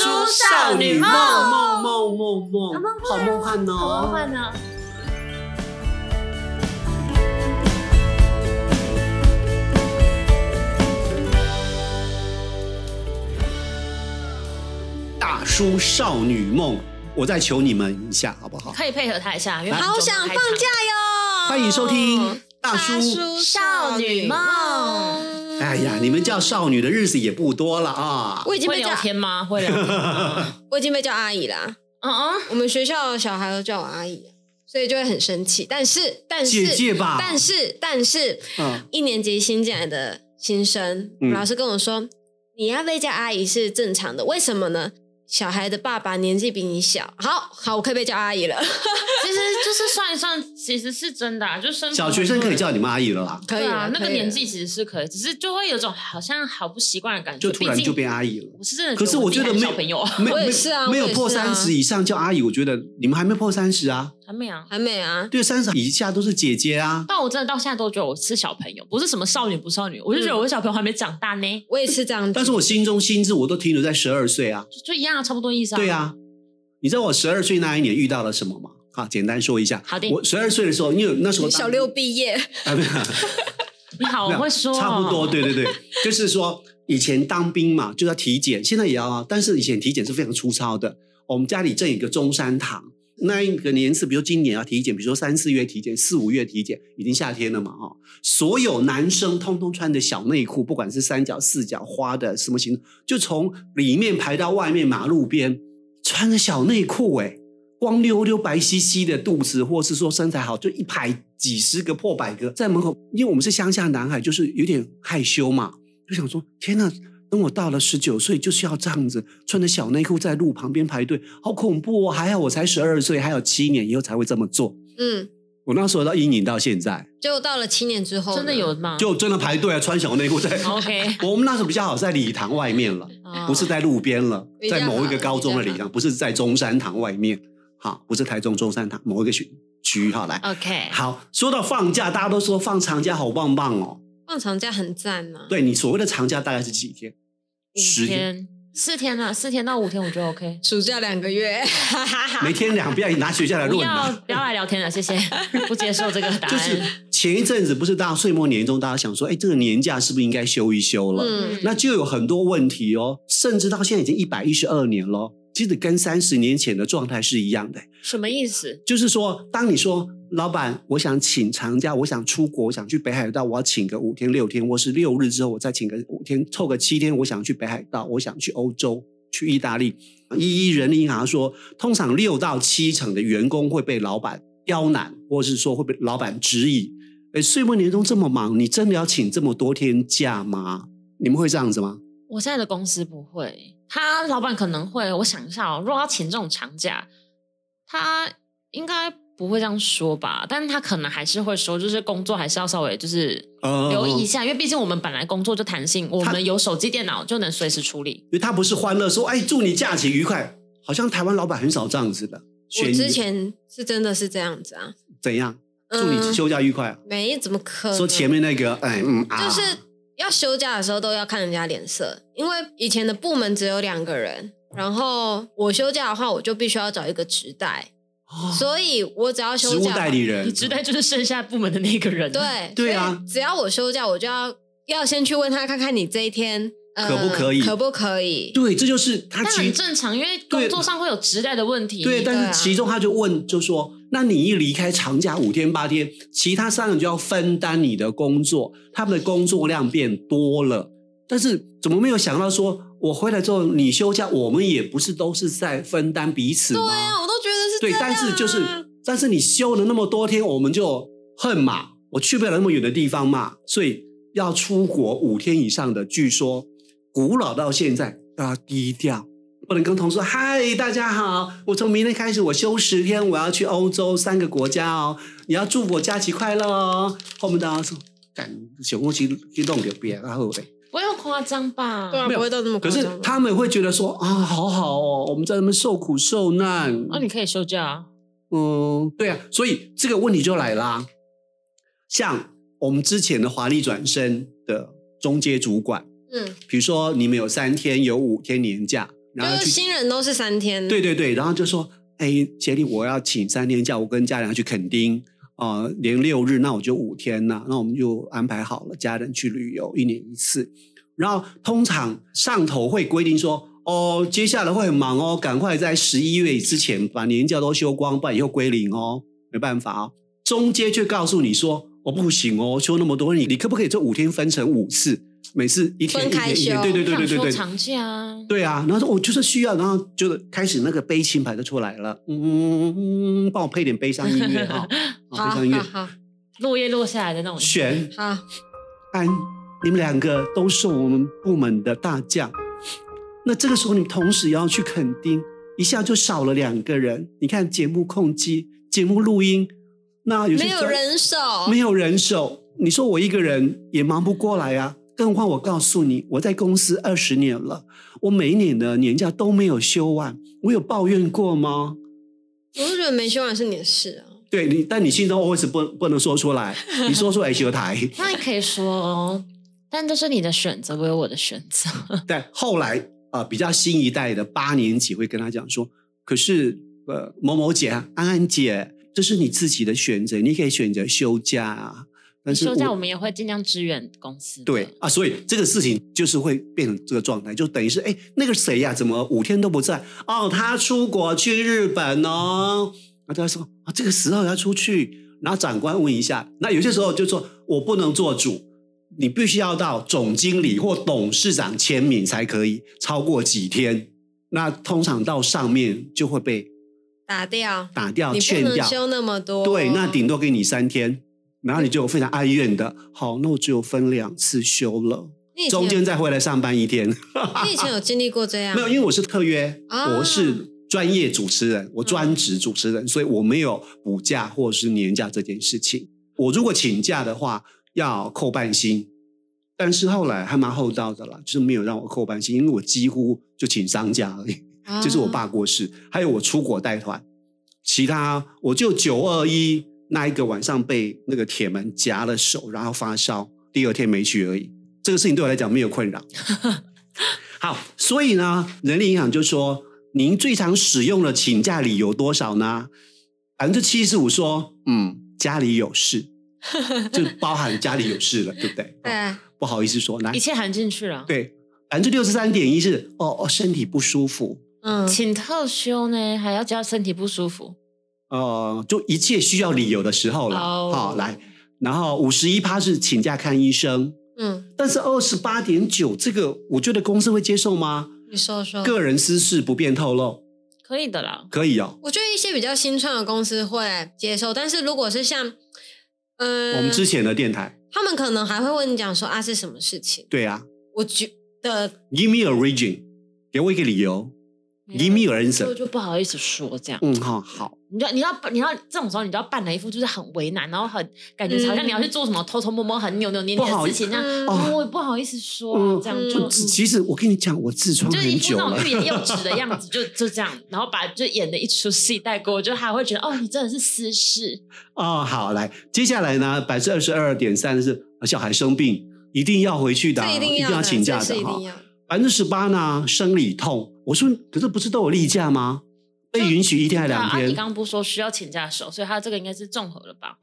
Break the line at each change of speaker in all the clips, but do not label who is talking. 少女梦
梦梦梦
啊
梦
梦，
好梦幻哦！
好梦幻呢。
大叔少女梦，我再求你们一下好不好？
可以配合他一下，因为
来
好想放假哟！
欢迎收听《大叔》。
少女梦。
哎呀，你们叫少女的日子也不多了啊！
我已经
会
被叫
聊，天吗？会聊天吗。
我已经被叫阿姨啦。
嗯嗯，
我们学校的小孩都叫我阿姨，所以就会很生气。但是，但是，
姐啊姐吧
但是，但是，
嗯，
一年级新进来的新生，
嗯
老师跟我说，你要被叫阿姨是正常的，为什么呢？小孩的爸爸年纪比你小，好好，我可以被叫阿姨了，
其实就是算一算，其实是真的、啊，就生
小学生可以叫你们阿姨了啦，
可以
对
了
啊，那个
可以了
年纪其实是可以，只是就会有种好像好不习惯的感觉，
就突然
毕竟
就变阿姨了。
我是真的，
可是我觉得没
小朋友
没
我也是啊
没有
我也是啊
破三十以上叫阿姨，我觉得你们还没破三十啊，
还没啊。
还没啊，
对，三十以下都是姐姐啊。
但我真的到现在都觉得我是小朋友，不是什么少女不少女，我就觉
嗯
得我小朋友还没长大呢，
我也是这样子
但是我心中心智我都停留在十二岁啊，
就就一样、啊，差不多意思啊。
对，啊。你知道我十二岁那一年遇到了什么吗？啊，简单说一下。
好的
我十二岁的时候，因为那时候
小六毕业，
啊，没有
你好
没有
会说、哦
差不多，。对对对，就是说以前当兵嘛，就要体检，现在也要啊，但是以前体检是非常粗糙的。我们家里正有一个中山堂，那一个年次，比如今年要体检，比如说三四月体检、四五月体检，已经夏天了嘛，哈、哦，所有男生通通穿着小内裤，不管是三角、四角、花的什么型，就从里面排到外面马路边，穿着小内裤、哎诶光溜溜、白兮兮的肚子，或是说身材好，就一排几十个、破百个在门口。因为我们是乡下男孩，就是有点害羞嘛，就想说：天哪！等我到了十九岁，就是要这样子，穿着小内裤在路旁边排队，好恐怖哦！还好我才十二岁，还有七年以后才会这么做。
嗯，
我那时候到阴影到现在，
结果到了七年之后呢，
真的有吗？
就真的排队啊，穿小内裤在。
OK，
我们那时候比较好，在礼堂外面了。
啊
哦
不是在路边了，
比较
在
好
某一个高中的
比较
礼
好
堂，不是在中山堂外面，好，不是台中中山堂某一个区区哈来。
OK，
好，说到放假，大家都说放长假好棒棒哦。
放长假很赞啊呐、
对你所谓的长假大概是几天？
五，天、四天啊，四天到五天我觉得 OK。
暑假两个月，
每天两遍，拿学校来
不
论
要
啊。
不要来聊天了，谢谢，不接受这个答 案。
就是前一阵子不是大家岁末年终，大家想说，哎，这个年假是不是应该休一休了？
嗯，
那就有很多问题哦，甚至到现在已经一百一十二年了，哦其实跟三十年前的状态是一样的。
什么意思？
就是说，当你说老板，我想请长假，我想出国，我想去北海道，我要请个五天六天，或是六日之后我再请个五天，凑个七天，我想去北海道，我想去欧洲，去意大利。啊一一人力银行说，通常六到七成的员工会被老板刁难，或是说会被老板质疑。哎，岁末年终这么忙，你真的要请这么多天假吗？你们会这样子吗？
我现在的公司不会，他老板可能会。我想一下哦，如果要请这种长假，他应该不会这样说吧？但是他可能还是会说，就是工作还是要稍微就是
呃
留意一下，因为毕竟我们本来工作就弹性，我们有手机、电脑就能随时处理。
因为他不是欢乐说，哎，祝你假期愉快，好像台湾老板很少这样子的。
我
选
之前是真的是这样子啊，
怎样？
嗯
祝你休假愉快。
没怎么可能，
说前面那个，哎嗯啊，
就是要休假的时候都要看人家脸色，因为以前的部门只有两个人，然后我休假的话，我就必须要找一个职代，
哦
所以我只要
职
休
务
假，
代理人，
你知道，就是剩下部门的那个人，，
对
对啊，
所以只要我休假，我就要要先去问他看看你这一天、呃、
可不可以
可不可以？
对，这就是他
但
其
很正常，因为工作上会有职代的问题。
对，
对
但
啊
是其中他就问，就说，那你一离开长假五天八天，其他三个人就要分担你的工作，他们的工作量变多了，但是怎么没有想到说，我回来之后你休假，我们也不是都是在分担彼此吗？
对啊，我都觉得是
对，
这样啊
但是就是，但是你休了那么多天，我们就恨嘛，我去不了那么远的地方嘛，所以要出国五天以上的，据说古老到现在都要低调，不能跟同事说嗨，大家好，我从明天开始我休十天，我要去欧洲三个国家哦，你要祝我假期快乐哦。后面大家说，敢想过去去弄个别然后嘞。
不用夸张吧？
对啊，
没有
不会到这么
可
夸张
是
吧。
他们会觉得说啊，好好哦，我们在那边受苦受难，
那、你可以休假啊。
嗯，对啊，所以这个问题就来啦。像我们之前的华丽转身的中阶主管，
嗯
比如说你们有三天、有五天年假，然后
就是
去
新人都是三天，
对对对，然后就说，哎，协理，我要请三天假，我跟家人要去垦丁，呃，连六日，那我就五天呐、那我们就安排好了，家人去旅游，一年一次。然后通常上头会规定说，哦，接下来会很忙哦，赶快在十一月之前把年假都休光，不然以后归零哦，没办法哦。中间却告诉你说，哦，不行哦，休那么多，你你可不可以这五天分成五次，每次一天一
分开
天一天，
休
对对对对
想
对
说
对，
长假啊，
对啊，然后说我、就是需要，然后就开始那个悲情牌就出来了，嗯，帮我配点悲伤音乐哈、哦，
好
悲
好
伤音乐
好
落叶落下来的那种。
选
好，
安，你们两个都是我们部门的大将，那这个时候你们同时也要去垦丁，一下就少了两个人，你看节目控机，节目录音，那有些
没有
专
人手，
没有人手，你说我一个人也忙不过来啊。更何况我告诉你，我在公司二十年了，我每一年的年假都没有休完，我有抱怨过吗？
我就觉得没休完是你的事啊。
对你，但你心中 always 不不能说出 来，你说出来修台。
那也可以说哦，但这是你的选择，我有我的选择。
但后来啊、呃比较新一代的八年级会跟他讲说，可是呃，某某姐、安安姐，这是你自己的选择，你可以选择休假啊。但是
休假我们也会尽量支援公司。
对，啊，所以这个事情就是会变成这个状态，就等于是哎，那个谁呀、怎么五天都不在？哦，他出国去日本哦。然后他说啊，这个时候要出去，然后长官问一下。那有些时候就说我不能做主，你必须要到总经理或董事长签名才可以，超过几天，那通常到上面就会被
打掉，
打掉、
你不
劝
能
掉。
休哦那么多。
对，那顶多给你三天，然后你就非常哀怨的，好，那我只有分两次休了。
你以前
中间再回来上班一天。
你以前有经历过这样
没？有，因为我是特约，
啊
我是专业主持人，我专职主持人，所以我没有补假或者是年假这件事情。我如果请假的话，要扣半薪。但是后来还蛮厚道的啦，就是没有让我扣半薪，因为我几乎就请丧假而已。
啊
就是我爸过世，还有我出国带团，其他我就九二一那一个晚上被那个铁门夹了手，然后发烧，第二天没去而已。这个事情对我来讲没有困扰。好，所以呢，人力银行就说，您最常使用的请假理由多少呢？百分之七十五说，嗯，家里有事，就包含家里有事了，对不对？哦
对啊，
不好意思说，来
一，切含进去了。，
对，百分之六十三点一是，哦哦，身体不舒服，
嗯，
请特休呢，还要加身体不舒服。
呃，就一切需要理由的时候了，好、
哦
来，然后五十一趴是请假看医生，
嗯，
但是二十八点九这个，我觉得公司会接受吗？
你说说。
个人私事不便透露，
可以的啦，
可以哦。
我觉得一些比较新创的公司会接受，但是如果是像，嗯、
我们之前的电台，
他们可能还会问你讲说啊是什么事情。
对啊
我觉得
，Give me a reason，给我一个理由，Give me a
所以我
reason。
就不好意思说这样。
嗯，好好，
你就你要你要这种时候，你就要扮了一副就是很为难，然后很感觉好像你要去做什么偷偷摸摸、很扭扭捏捏的事情，这样、
嗯
哦
我也不好意思说、
嗯
这样
嗯
就、
我
嗯
其实我跟你讲，我痔疮
就是
很
一副
久
那
了
种，欲言又止的样子，就就这样，然后把就演的一出戏带过，就还会觉得哦，你真的是私事，
哦，好，来，接下来呢，百分之二十二点三是小孩生病，一定要回去的啊，
这一定要的
请假
这
的
是一
哈
定。要。
百分之十八呢，生理痛。我说，可是不是都有例假吗？被允许一天还两
啊，你
天。
刚刚不是说需要请假的时候，所以他这个应该是综合了吧？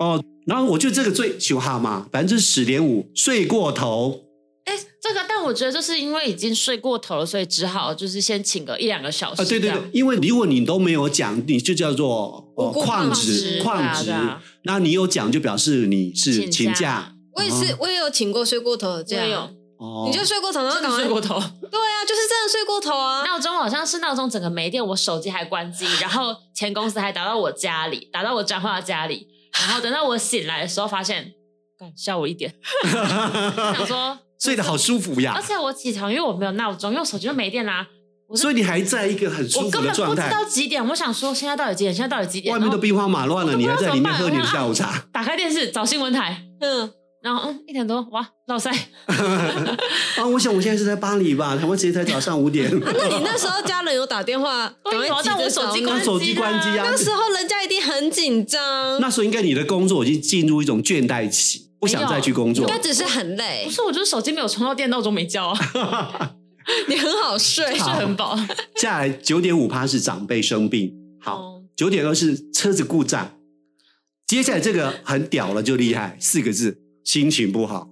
然后我就这个最羞哈嘛，百分之十点五睡过头。
哎，这个但我觉得就是因为已经睡过头了，所以只好就是先请个一两个小时。
啊，对对
这
对
样，，
因为如果你都没有讲，你就叫做呃
无辜
旷
旷
职
职
旷职
对啊对啊。
那你有讲，就表示你是请
请
假
假
我也是，我也有请过睡过头的
我
假，
也有，
哦。
你就睡过头，然后
真
赶
的
快
睡过头。
对啊，就是真的睡过头啊。
闹钟好像是闹钟整个没电，我手机还关机，然后前公司还打到我家里，打到我转化到家里，然后等到我醒来的时候发现，干下午 一点，想说
睡得好舒服呀
而，且我起床，因为我没有闹钟，因为我手机就没电啦、我就
所以你还在一个很舒
我
服
根
的
本
状
不知
态。
道几点，我想说现在到底几点？现在到底几点？
外面都兵荒马乱了，
我都不
你
知道
还在里面
怎么办
喝你的
我想
下午茶。
打开电视找新闻台，
嗯，
然后嗯一点多哇，老塞，
哎 啊，我想我现在是在巴黎吧，台湾时间才早上五点。
那你那时候家人有打电 话，赶
我
快
有啊
急
但
着
我手
找
机
你
关
那手机关机啊
啊
那时候人家一定很紧张，
那时候应该你的工作已经进入一种倦怠期，不想再去工
没
作
啊应。该只是很累
不。是，我就是手机没有充到电，闹钟没叫啊。
你很好 睡，
睡很饱。
下来九点五趴是长辈生病，好，
哦，
九点二是车子故障，接下来这个很屌了，就厉害，四个字，心情不好。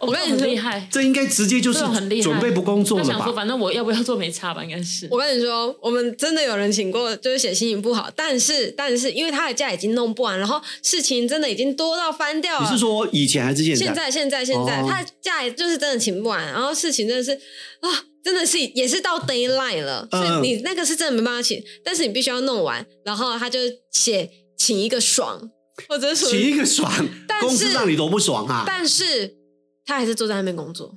我
跟你说
厉害，
这应该直接就是
这种很厉害
准备不工作
他
了
想说
吧？
反正我要不要做没差吧，应该是。
我跟你说，我们真的有人请过，就是写心情不好，但是但是因为他的假已经弄不完，然后事情真的已经多到翻掉
你
了。
是说以前还是现在？
现在现在现在，
哦
他的假就是真的请不完，然后事情真的是啊，真的是也是到 d a y l i n e 了，
嗯
所以你那个是真的没办法请，但是你必须要弄完，然后他就写请一个爽，或者是
请一个爽，
但是
公司让你多不爽啊！
但是他还是坐在那边工作，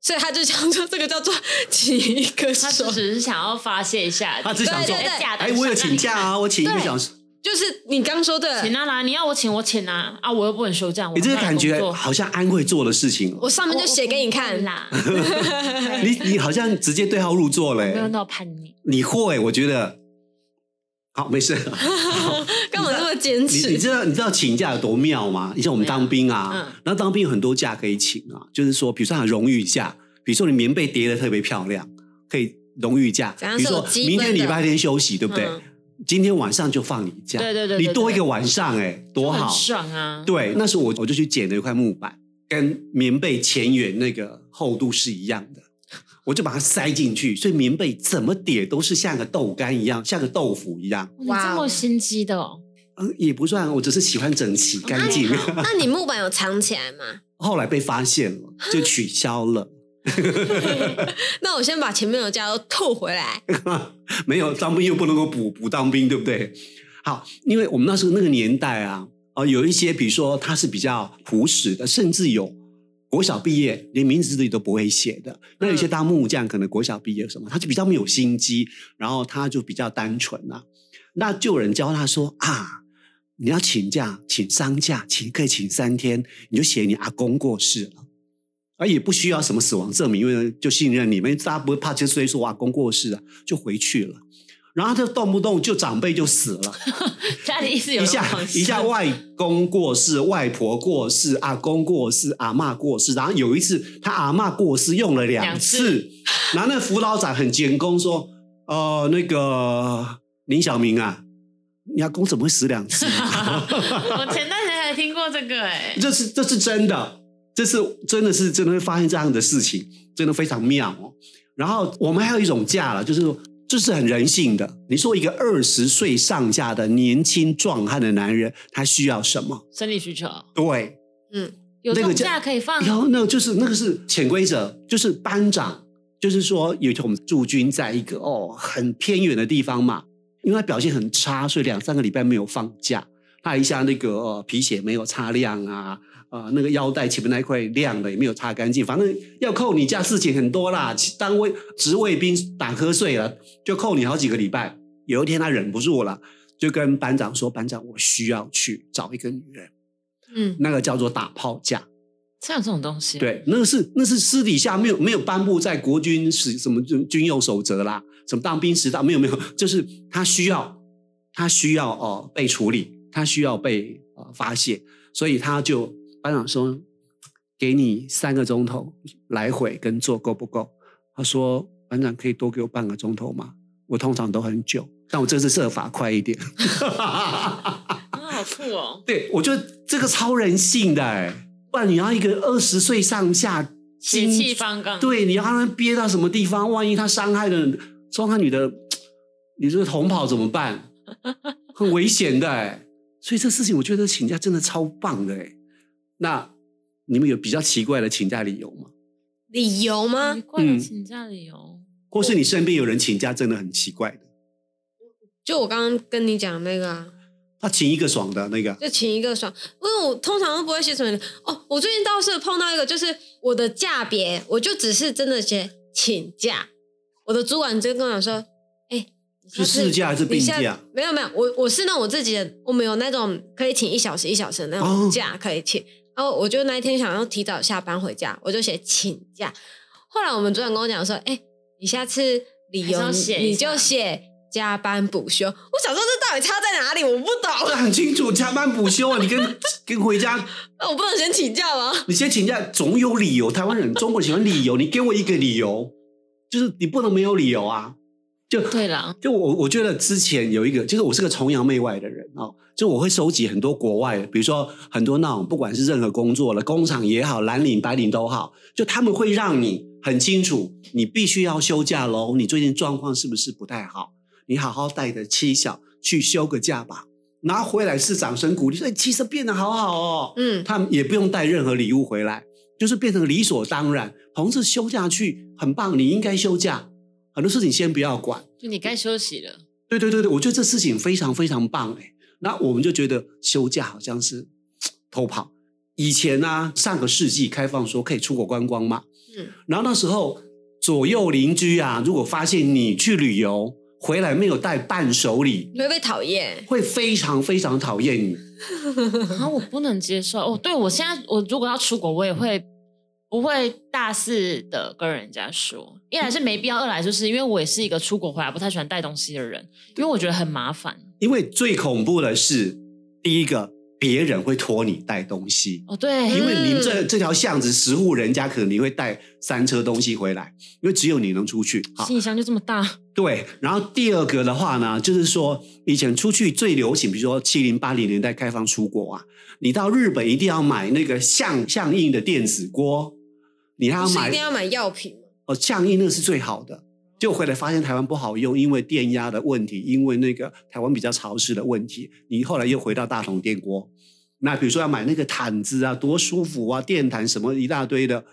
所以他就想说这个叫做请一个
他只
爽，
只是想要发泄一下，
他只想说
对对对
哎，我有请假，啊，我请一个
对
小时，
就是你刚说的，
请啊来，你要我请我请啊啊！我又不能休假，我
你这个
哪有
感觉
工作
好像安会做的事 情哦，
我上面就写给你看，
啦，
你你好像直接对号入座
没有
嘞，
闹叛逆。
你会，我觉得。好，没 事。
干嘛这么坚
你你
持？
知道你知道请假有多妙吗？你像我们当兵啊，
嗯
然后当兵有很多假可以请啊，就是说，比如说像荣誉假，比如说你棉被叠的特别漂亮，可以荣誉假。
怎样
比如
是有
说
积
明天
分的
礼拜天休息，对不对？
嗯
今天晚上就放你假，
对对对对
你多一个晚上、哎，多
很
好。
爽啊！
对，那时候我我就去捡了一块木板，跟棉被前缘那个厚度是一样的，我就把它塞进去，所以棉被怎么叠都是像个豆干一样，像个豆腐一样。
哇你这么心机的哦，
嗯，也不算，我只是喜欢整齐干净。
哦那你木板有藏起来吗？
后来被发现了，就取消了。
那我先把前面的家都扣回来。
没有当兵又不能够补补当兵，对不对？好，因为我们那时候那个年代啊，哦、有一些比如说他是比较朴实的，甚至有国小毕业连名字自己都不会写的。那有一些当木匠可能国小毕业什么，他就比较没有心机，然后他就比较单纯啊。那就有人教他说啊，你要请假，请丧假，请可以请三天，你就写你阿公过世了。而也不需要什么死亡证明，因为就信任你们，因为大家不会怕就所以说我阿公过世啊了，就回去了。然后他就动不动就长辈就死了，
家里一直
一
有人
下
往
一下
上
外公过世，外婆过世，阿公过世，阿嬷过世。然后有一次他阿嬷过世用了两
两
次，然后那个辅导长很监工说：“呃，那个林小明啊，你阿公怎么会死两 次、啊？”
我前段时间还听过这个哎、
这是这是真的，这是真的是真的会发现这样的事情，真的非常妙哦。然后我们还有一种假了，就是说这是很人性的。你说一个二十岁上下的年轻壮汉的男人，他需要什么？
生理需求
对，
有
那
这
个
种
叫
假可以放，
然后那个就是那个是潜规则，就是班长，就是说有一天我们驻军在一个哦很偏远的地方嘛，因为他表现很差，所以两三个礼拜没有放假，他一下那个、呃、皮鞋没有擦亮啊。啊、那个腰带前面那一块亮的也没有擦干净，反正要扣你假事情很多啦。当卫职卫兵打瞌睡了，就扣你好几个礼拜。有一天他忍不住了，就跟班长说：“班长，我需要去找一个女人，
嗯，
那个叫做打炮假。”
这有这种东西，，
对，那个是那是私底下没有没有颁布在国军史什么军军用守则啦，什么当兵时代没有没有， 就是他需要他需要哦、呃被处理，他需要被呃发泄，所以他就班长说给你三个钟头来回跟做够不够？他说班长可以多给我半个钟头吗？我通常都很久，但我这次设法快一点。
啊，好酷哦，
对， 我觉得这个超人性的、欸，不然你要一个二十岁上下
血
精
气方刚，，
对，你要让他憋到什么地方？万一他伤害了伤害你的，你这个同跑怎么办？ 很危险的、欸。所以这事情，我觉得请假真的超棒的、欸。那你们有比较奇怪的请假理由吗？
理由吗？
怪了
嗯
请假理由，
或是你身边有人请假真的很奇怪的？
就我刚刚跟你讲那个啊，
他请一个爽的那个，
就请一个爽，因为我通常都不会写什么。哦，我最近倒是碰到一个，就是我的价别，我就只是真的写请假。我的主管就跟我讲说：“哎、你
是
下次
事假还是病
你下
假？
没有没有，我我是那种我自己的，我们有那种可以请一小时一小时的那
哦
种假可以请。然后我就那一天想要提早下班回家，我就写请假。后来我们主管跟我讲说：“哎、你下次理由
还
你
是要写一下
你就写加班补休。”我想说这到底差在哪里？我不
我
懂，
很清楚，加班补休啊，你跟 跟回家，
那我不能先请假吗？
你先请假总有理由。台湾人、中国人喜欢理由，你给我一个理由，就是你不能没有理由啊。就
对啦，
就我我觉得之前有一个，就是我是个崇洋媚外的人哦，就我会收集很多国外的，比如说很多那种不管是任何工作了，工厂也好，蓝领白领都好，就他们会让你很清楚，你必须要休假喽，你最近状况是不是不太好？你好好带着妻小去休个假吧，拿回来是掌声鼓励，说哎，其实变得好好哦，
嗯，
他们也不用带任何礼物回来，就是变成理所当然，同事休假去很棒，你应该休假，很多事情先不要管。
就你该休息了。
对对对对，我觉得这事情非常非常棒哎。那我们就觉得休假好像是偷跑。以前呢、上个世纪开放说可以出国观光嘛，
嗯，
然后那时候左右邻居啊，如果发现你去旅游回来没有带伴手礼，
你会被讨厌。
会非常非常讨厌你。
然后我不能接受哦。对我现在，我如果要出国，我也会不会大肆的跟人家说。一来是没必要，二来就是因为我也是一个出国回来不太喜欢带东西的人，因为我觉得很麻烦。
因为最恐怖的是，第一个别人会托你带东西，
哦，对，
因为您这这条巷子十户人家可能你会带三车东西回来，因为只有你能出去。好，
行李箱就这么
啊
大，
对，然后第二个的话呢，就是说以前出去最流行，比如说七零八零年代开放出国啊，你到日本一定要买那个相相应的电子锅，你还要
不是
买
一定要买药品吗？
哦相应那个是最好的。就回来发现台湾不好用，因为电压的问题，因为那个台湾比较潮湿的问题，你后来又回到大同电锅。那比如说要买那个毯子啊，多舒服啊，电毯什么一大堆的。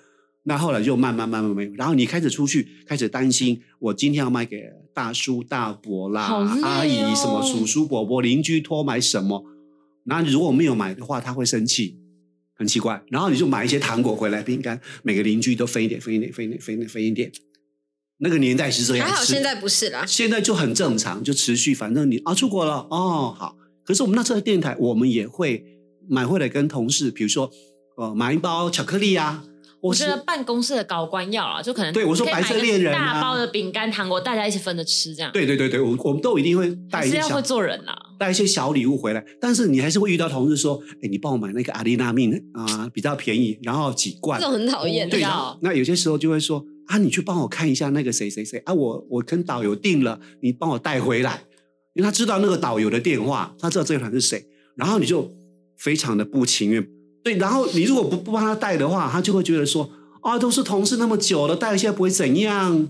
那后来就慢慢慢慢没有，然后你开始出去，开始担心，我今天要卖给大叔大伯啦、
好累哦
阿姨什么叔叔伯伯邻居托买什么，然后如果没有买的话，他会生气，很奇怪。然后你就买一些糖果回来，饼干，每个邻居都分一点，分一点，分一点，分一点，分一点。那个年代啊是这样，
还好
吃
现在不是啦。
现在就很正常，就持续，反正你啊出国了哦好。可是我们那时候的电台，我们也会买回来跟同事，比如说呃买一包巧克力啊，
我
或
觉
是
得办公室的高官要啊，就可能
对我说
可以买
白色
一个
恋人啊
大包的饼干糖果，大家一起分着吃，这样
对对对对，我我们都一定会带
还
一
是
些
要
小
会做人啊啦。
带一些小礼物回来，但是你还是会遇到同事说，哎，你帮我买那个阿丽娜命啊、比较便宜，然后几罐
这，种很讨厌
不
的
对，啊
要
然后那有些时候就会说啊，你去帮我看一下那个谁谁谁啊，我我跟导游订了，你帮我带回来，因为他知道那个导游的电话，他知道这个团是谁，然后你就非常的不情愿，对，然后你如果不不帮他带的话，他就会觉得说啊，都是同事那么久了，带一下不会怎样。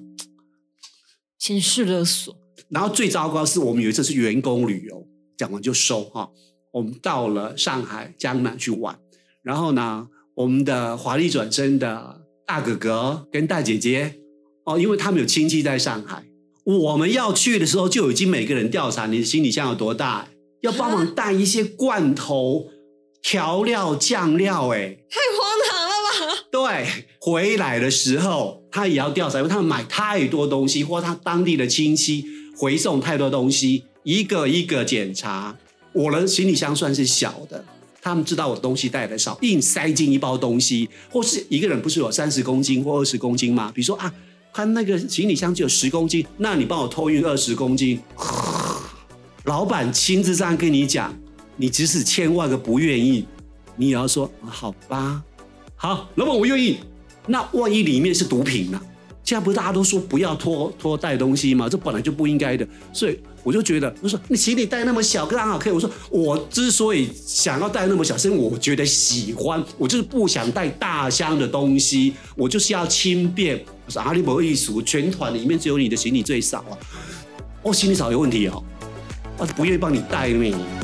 情绪勒索，
然后最糟糕是我们有一次是员工旅游，讲完就收哈、我们到了上海、江南去玩，然后呢，我们的华丽转身的大哥哥跟大姐姐哦，因为他们有亲戚在上海，我们要去的时候就已经每个人调查你的行李箱有多大，要帮忙带一些罐头、调料、酱料，哎，
太荒唐了吧？
对，回来的时候他也要调查，因为他们买太多东西，或他当地的亲戚回送太多东西，一个一个检查。我的行李箱算是小的，他们知道我东西带的少，硬塞进一包东西，或是一个人不是有三十公斤或二十公斤吗？比如说啊，他那个行李箱只有十公斤，那你帮我托运二十公斤， 老板亲自这样跟你讲，你即使千万个不愿意，你也要说、啊好吧，好，老板我愿意。那万一里面是毒品呢、现在不是大家都说不要拖拖带东西吗？这本来就不应该的，所以我就觉得，我说你行李带那么小，刚好可以。我说我之所以想要带那么小，是因为我觉得喜欢，我就是不想带大箱的东西，我就是要轻便。我说阿利伯艺术，全团里面只有你的行李最少啊，哦，行李少有问题哦，啊，不愿意帮你带呢。